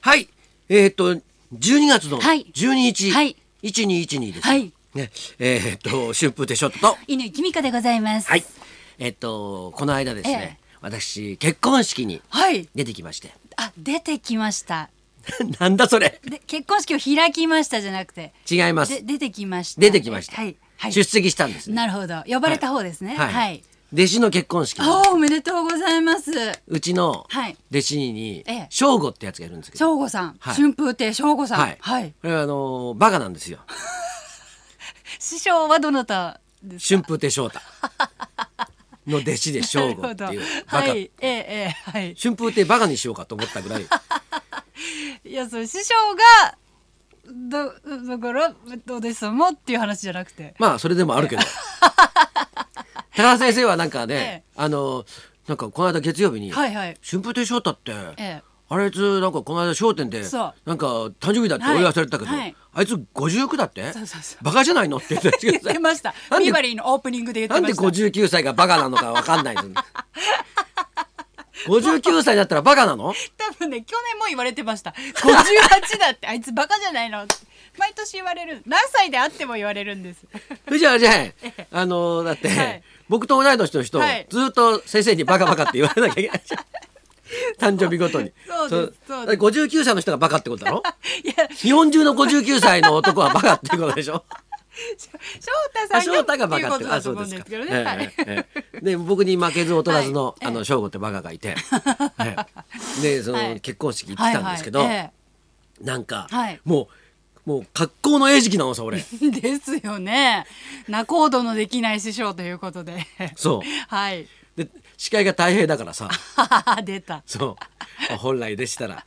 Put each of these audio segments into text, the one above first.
はい。えーっと、12月のはい12日、はい1212です。はいね、えーっと、春風亭昇太と、犬きみかでございます。はい。えーっと、この間ですね、私、結婚式にはい。出てきまして。 あ、出てきました。なんだそれで、結婚式を開きましたじゃなくて。違いますで、。出てきました。出てきました。はい。はい。出席したんですね。なるほど。呼ばれた方ですね。はい。弟子の結婚式にあーおめでとうございます。うちのはい弟子にええ正吾ってやつがいるんですけど、正吾さん、はい春風亭正吾さん、ははいい、これはあのーバカなんですよ師匠はどなたです春風亭昇太の弟子 で正吾っていうバはカ、い、ええ、ええ、はい。春風亭バカにしようかと思ったぐらい いや、その師匠が。ど、だから、どうですもっていう話じゃなくて。まあそれでもある けど高田先生はなんかね、あのーなんかこの間月曜日に、はい、はい。春風亭昇太って、ええあれあいつなんかこの間『笑点』でそうなんか誕生日だってお祝いされてたけど、はいはいあいつ59だってそうそうそうバカじゃないのって言ってたんですけ 言どってました。なんでビバリーのオープニングで言っなてんまでした。 59歳がバカなのかわかんないです 59歳だったらバカなの多分ね去年も言われてました58だってあ いつバカじゃないのって毎年言われる何歳であっても言われるんですじゃあじゃああのだって、はい僕と同い年の人、はいずっと先生にバカバカって言われなきゃいけない じゃん誕生日ごとにそうですそうです59歳の人がバカってことだろ いや日本中の59歳の男はバカっていうことでし ょ翔太さあん翔太がバっていカうってことあだとそう思でうんすかですけどね、はえいえええで僕に負けず劣らずのはいええあの翔吾ってバカがい てええでそはのい結婚式行ってたんですけどはいはいなんかはいもうもう格好の餌食なのさ 俺ええですよね仲人のできない師匠ということでそう はいで司会が大変だからさ出たそう 本来でしたら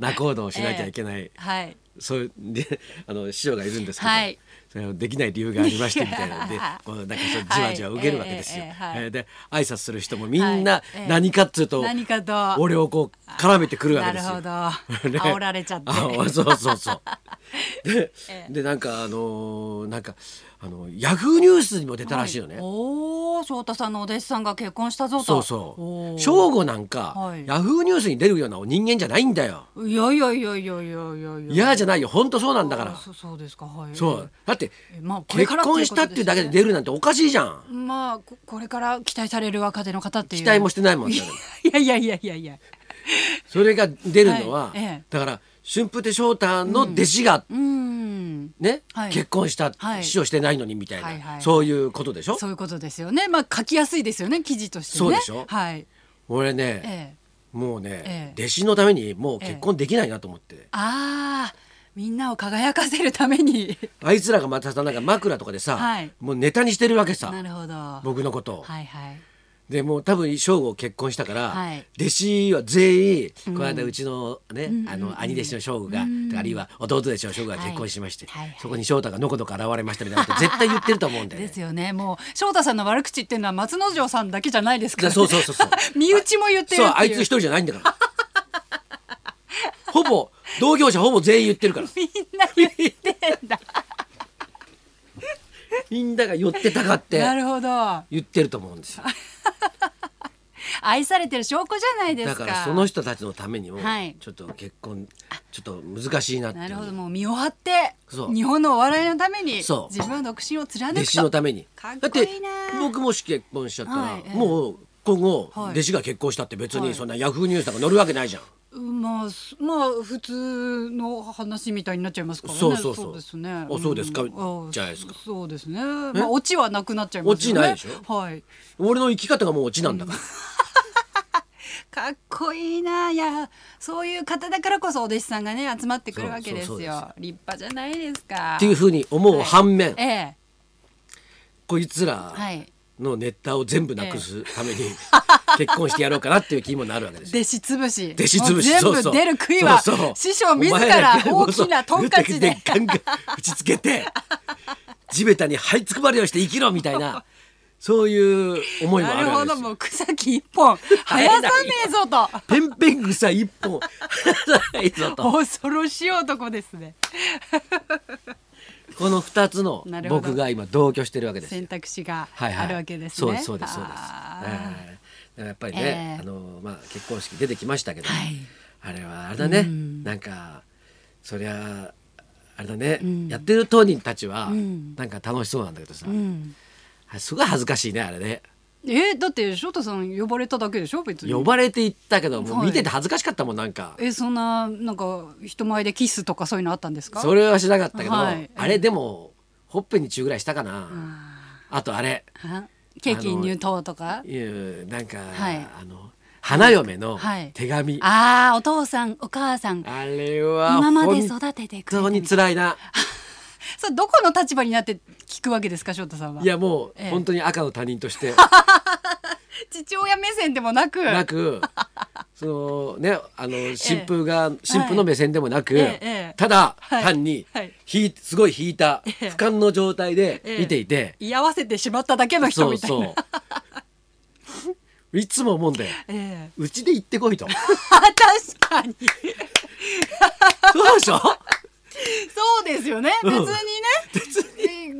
仲人をしなきゃいけないはいそういうで あの師匠がいるんですけど、はいそれをできない理由がありましてみたいなのでいやこうなんかそうじわじわ受けるわけですよ。はいええええええはいえーで挨拶する人もみんはないええ何かっつうと、何かと俺をこう絡めてくるわけなでるすほよ。ど ね煽られちゃってあそうそう そう。で,、ええでなんかあのーなんかあのヤフーニュースにも出たらしいよね。はおお翔太さんのお弟子さんが結婚したぞとそうおそう。ー正吾なんか、はいヤフーニュースに出るような人間じゃないんだよ。いやいやいやいやいやいやいや嫌じゃないよ。本当そうなんだから。そうそうですかはいそうだってえまあこれ結から婚したっていうだけで出るなんておかしいじゃんまあここれから期待される若手の方っていう期待もしてないもんだから いやいやいやいやいやそれが出るのは、はいええだから春風亭昇太の弟子が、うーんね、はい結婚した、はい死をしてないのにみたいな、はいはいそういうことでしょそういうことですよねまあ書きやすいですよね記事としてねそうでしょはい俺ね、ええもうね、ええ弟子のためにもう結婚できないなと思って、ああみんなを輝かせるためにあいつらがまたさなんか枕とかでさ、はいもうネタにしてるわけさなるほどは僕のことを、いはいでもう多分正吾結婚したから、はい弟子は全員、この間うちのね、あの兄弟子の正吾が、あるいは弟弟子の正吾が結婚しまして、はいはいはいそこに翔太がのこのこ現れましたみたい なこと絶対言ってると思うんだよでねす。よねもう翔太さんの悪口っていうのは松之丞さんだけじゃないですから、ね、そうそうそうそう 身内も言ってるっていそううあいつ一人じゃないんだから ほぼ同業者ほぼ全員言ってるからみんな言ってんだ みんなが寄ってたかってなるほど言ってると思うんですよ愛されてる証拠じゃないですだかからその人たちのためにも、はいちょっと結婚ちょっと難しいなってないうるほどもう身を張ってそう日本のお笑いのために自そう分は独身を貫弟く子のとためにかっだっこいていな僕もし結婚しちゃったら、はいええもう今後、はい弟子が結婚したって別はにいそんなヤフーニュースなんか載るわけないじゃん、まあすまあ普通の話みたいになっちゃいますからねそうそうそうですねあそうですかんあじゃないですかそうですねまあオチはなくなっちゃいますよオチねないでしょはい俺の生き方がもうオチなんだから、かっこいいないやそういう方だからこそお弟子さんがね集まってくるわけですそうよそうそう立派じゃないですかっていうふうに思う反面、ええこいつらはいのネタを全部なくすために、 結婚してやろうかなっていう気にもなるわけですよ弟子潰し弟子潰しもうそう全そ部う出る杭はそうそう師匠自らお前大きなトンカチでガンガン打ちつけて地べたに這いつくばりをして生きろみたいなそういう思いもあなるるわほけでどすもよう草木一 本生やさねえぞとペンペン草一 本ないぞと恐ろしい男ですねこの二つのなるほど僕が今同居してるわけですよ選択肢がはいはいあるわけですそね、うそうですそうです。あええだからやっぱりね、ええあのまあ結婚式出てきましたけど、はいあれはあれだね、うんなんかそりゃあれだね、うんやってる当人たちは、うんなんか楽しそうなんだけどさ、うんあすごい恥ずかしいねあれねえだって翔太さん呼ばれただけでしょ別に呼ばれて行ったけどもはうい見てて恥ずかしかったもんなんか、えそんななんか人前でキスとかそういうのあったんですかそれはしなかったけど、はいあれでもほっぺに中ぐらいしたかな、ああとあれーはケーキ入刀とかいうなんか、はいあの花嫁のはい手紙、ああお父さんお母さんあれは今まで本育ててくれ当たにみたい辛いななそれどこの立場になって聞くわけですか翔太さんはいやもう、ええ本当に赤の他人と して父親目線でもなくなくそのねあの新婦が、新婦の目線でもなく、ええええただ、はい単に、はいひすごい引いた、ええ俯瞰の状態でええ見ていて、居合わせてしまっただけの人そうみたいなそう いつも思うんだよええうちで行ってこ いとあ確かにそうでしょそうですよね別うんにねい家の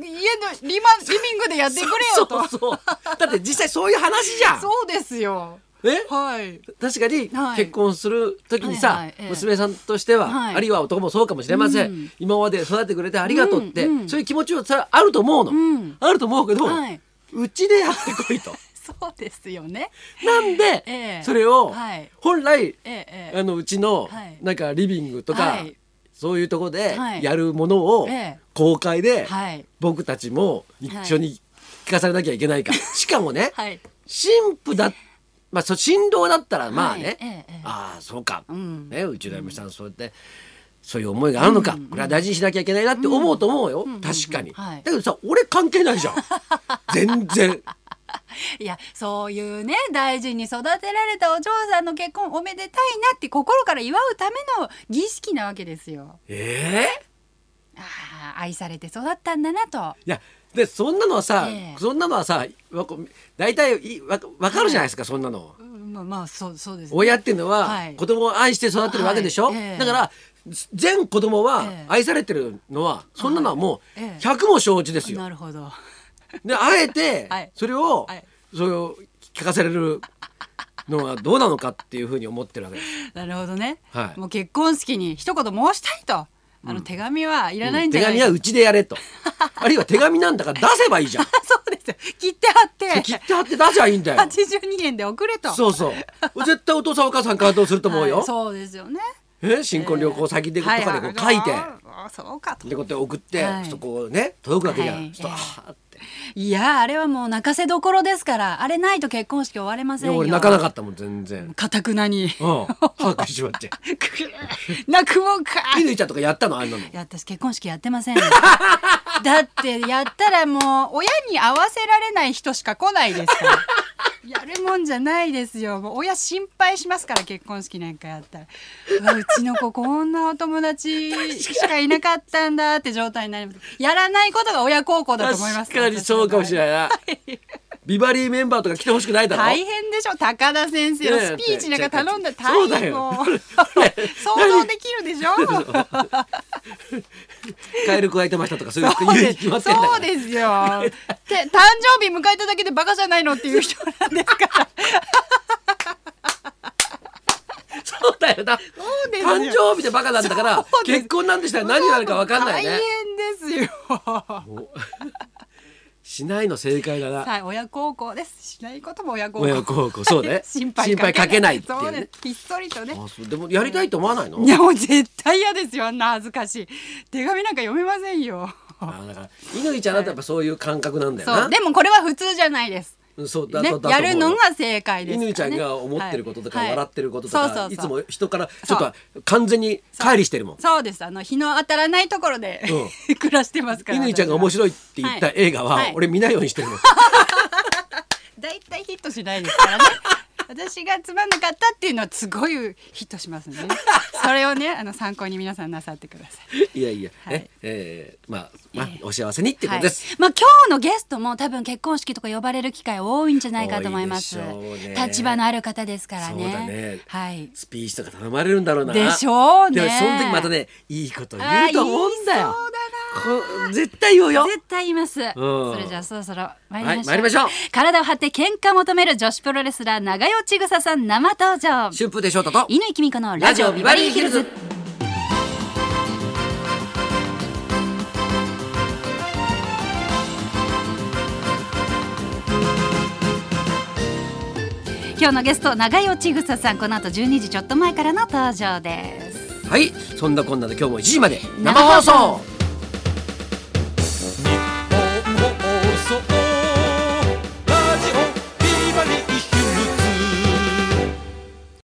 リマリビングでやってくれよとそうそうだって実際そういう話じゃんそうですよえはい確かにはい結婚する時にさ、はいはいええ娘さんとしては、はいあるいは男もそうかもしれません、うん今まで育ててくれてありがとうって、うんうんそういう気持ちはさあると思うの、うんあると思うけど、はいうちでやってこ いとそうですよねなんで、ええそれを、はい本来ええええあのうちの、はいなんかリビングとか、はいそういうとこではいやるものを、ええ公開で、はい僕たちも一緒に聞かされなきゃいけないから、しかもね、はい新婦だまあそう新郎だったらまあね、はいええええああそうか、うんねうちの嫁さんそうやって、そういう思いがあるのか、これは大事にしなきゃいけないなって思うと思うよ、確かに、はいだけどさ俺関係 ないじゃん全然いやそういうね大事に育てられたお嬢さんの結婚おめでたいなって心から祝うための儀式なわけですよ。ええああ愛されて育ったんだなと。いやでそんなのはさ、ええそんなのはさわこ大体いわわかるじゃないですか、そんなの。うんまあまあそうそうです、ね。親っていうのははい子供を愛して育ってるわけでしょ、はいええだから全子供ええは愛されてるのは、そんなのはもうええ100も承知ですよ。なるほど。であえてはいそれを、はいそれを聞かされるのはどうなのかっていうふうに思ってるわけです。 なるほどね。はいもう結婚式に一言申したいと。あの手紙はいらないんじ手ゃない紙か、はうちでやれとあるいは手紙なんだから出せばいいじゃん そうですよ。切って貼って。切って貼って出せばいいんだよ八十二円で送れと。そうそう絶対お父さんお母さん感動すると思うよ、はいそうですよね。え新婚旅行先でとかでこう書いて、はああそうかとでこうやって送って、はいそこをね届くわけじゃん、はいちょっとえあーっていやあれはもう泣かせどころですからあれないと結婚式終われまいせんやよ俺泣かなかったもん全然かたくなにうん歯食いしばって 泣くもんか気抜いちゃんとかやったのあんなのいや私結婚式やってませんよ だってやったらもう親に合わせられない人しか来ないですから やるもんじゃないですよもう親心配しますから結婚式なんかやったらうわうちの子こんなお友達しかいなかったんだって状態になりますやらないことが親孝行だと思います確かにそうかもしれいないな、ビバリーメンバーとか来てほしくないだろ大変でしょ高田先生のスピーチなんか頼んだらそう大だ変もうよ想 像できるでしょカエル加えてましたとかそういうそう言うにで決まっすてんだそかうらですよ。で誕生日迎えただけでバカじゃないのっていう人なんですから。そうだよなそうですよ誕生日でバカなんだからそうです結婚なんてしたら何になるか分かんないね大変ですよ。しないの正解だなはい、親孝行です。しないことも親孝行。親孝行そうね 心配心配かけないっていそううでねす。ひっそりとね。あそうでもやりたいと思わないのいやもう絶対嫌ですよ。あんな恥ずかしい。手紙なんか読めませんよ。あだから乾ちゃんだとやっぱそういう感覚なんだよそう、なでもこれは普通じゃないです。うんそうだねだだ、とや思うよるのが正解ですから、ね。乾ちゃんが思ってることとかはい笑ってることとか、はいい、そうそうそうつも人からちょっと完全に乖離してるもんそうです。あの日の当たらないところで、う 暮らしてますから。乾ちゃんが面白いって言った映画は、はいはい俺見ないようにして るの、だいたいヒットしないです からね。私がつまんなかったっていうのはすごいヒットしますんでね。それをね、あの参考に皆さんなさってください。いやいや、はいね、えーまあ、まあええお幸せにってことです。はいまあ今日のゲストも多分結婚式とか呼ばれる機会多いんじゃないかと思います。多いでしょうね立場のある方ですからね。そうだねはい。スピーチとか頼まれるんだろうな。でしょうねでもその時またね、いいこと言あーうと思うんだよ。言いそうだなこ絶対言うよ絶対言います、それじゃあそろそろ参りましょはう,、い参りましょう体を張って喧嘩求める女子プロレスラー長代千草さん生登場春風亭昇太と犬井君子のラジオビバリーヒルズ今日のゲスト長代千草さんこの後12時ちょっと前からの登場ですはいそんなこんなで今日も1時まで生放送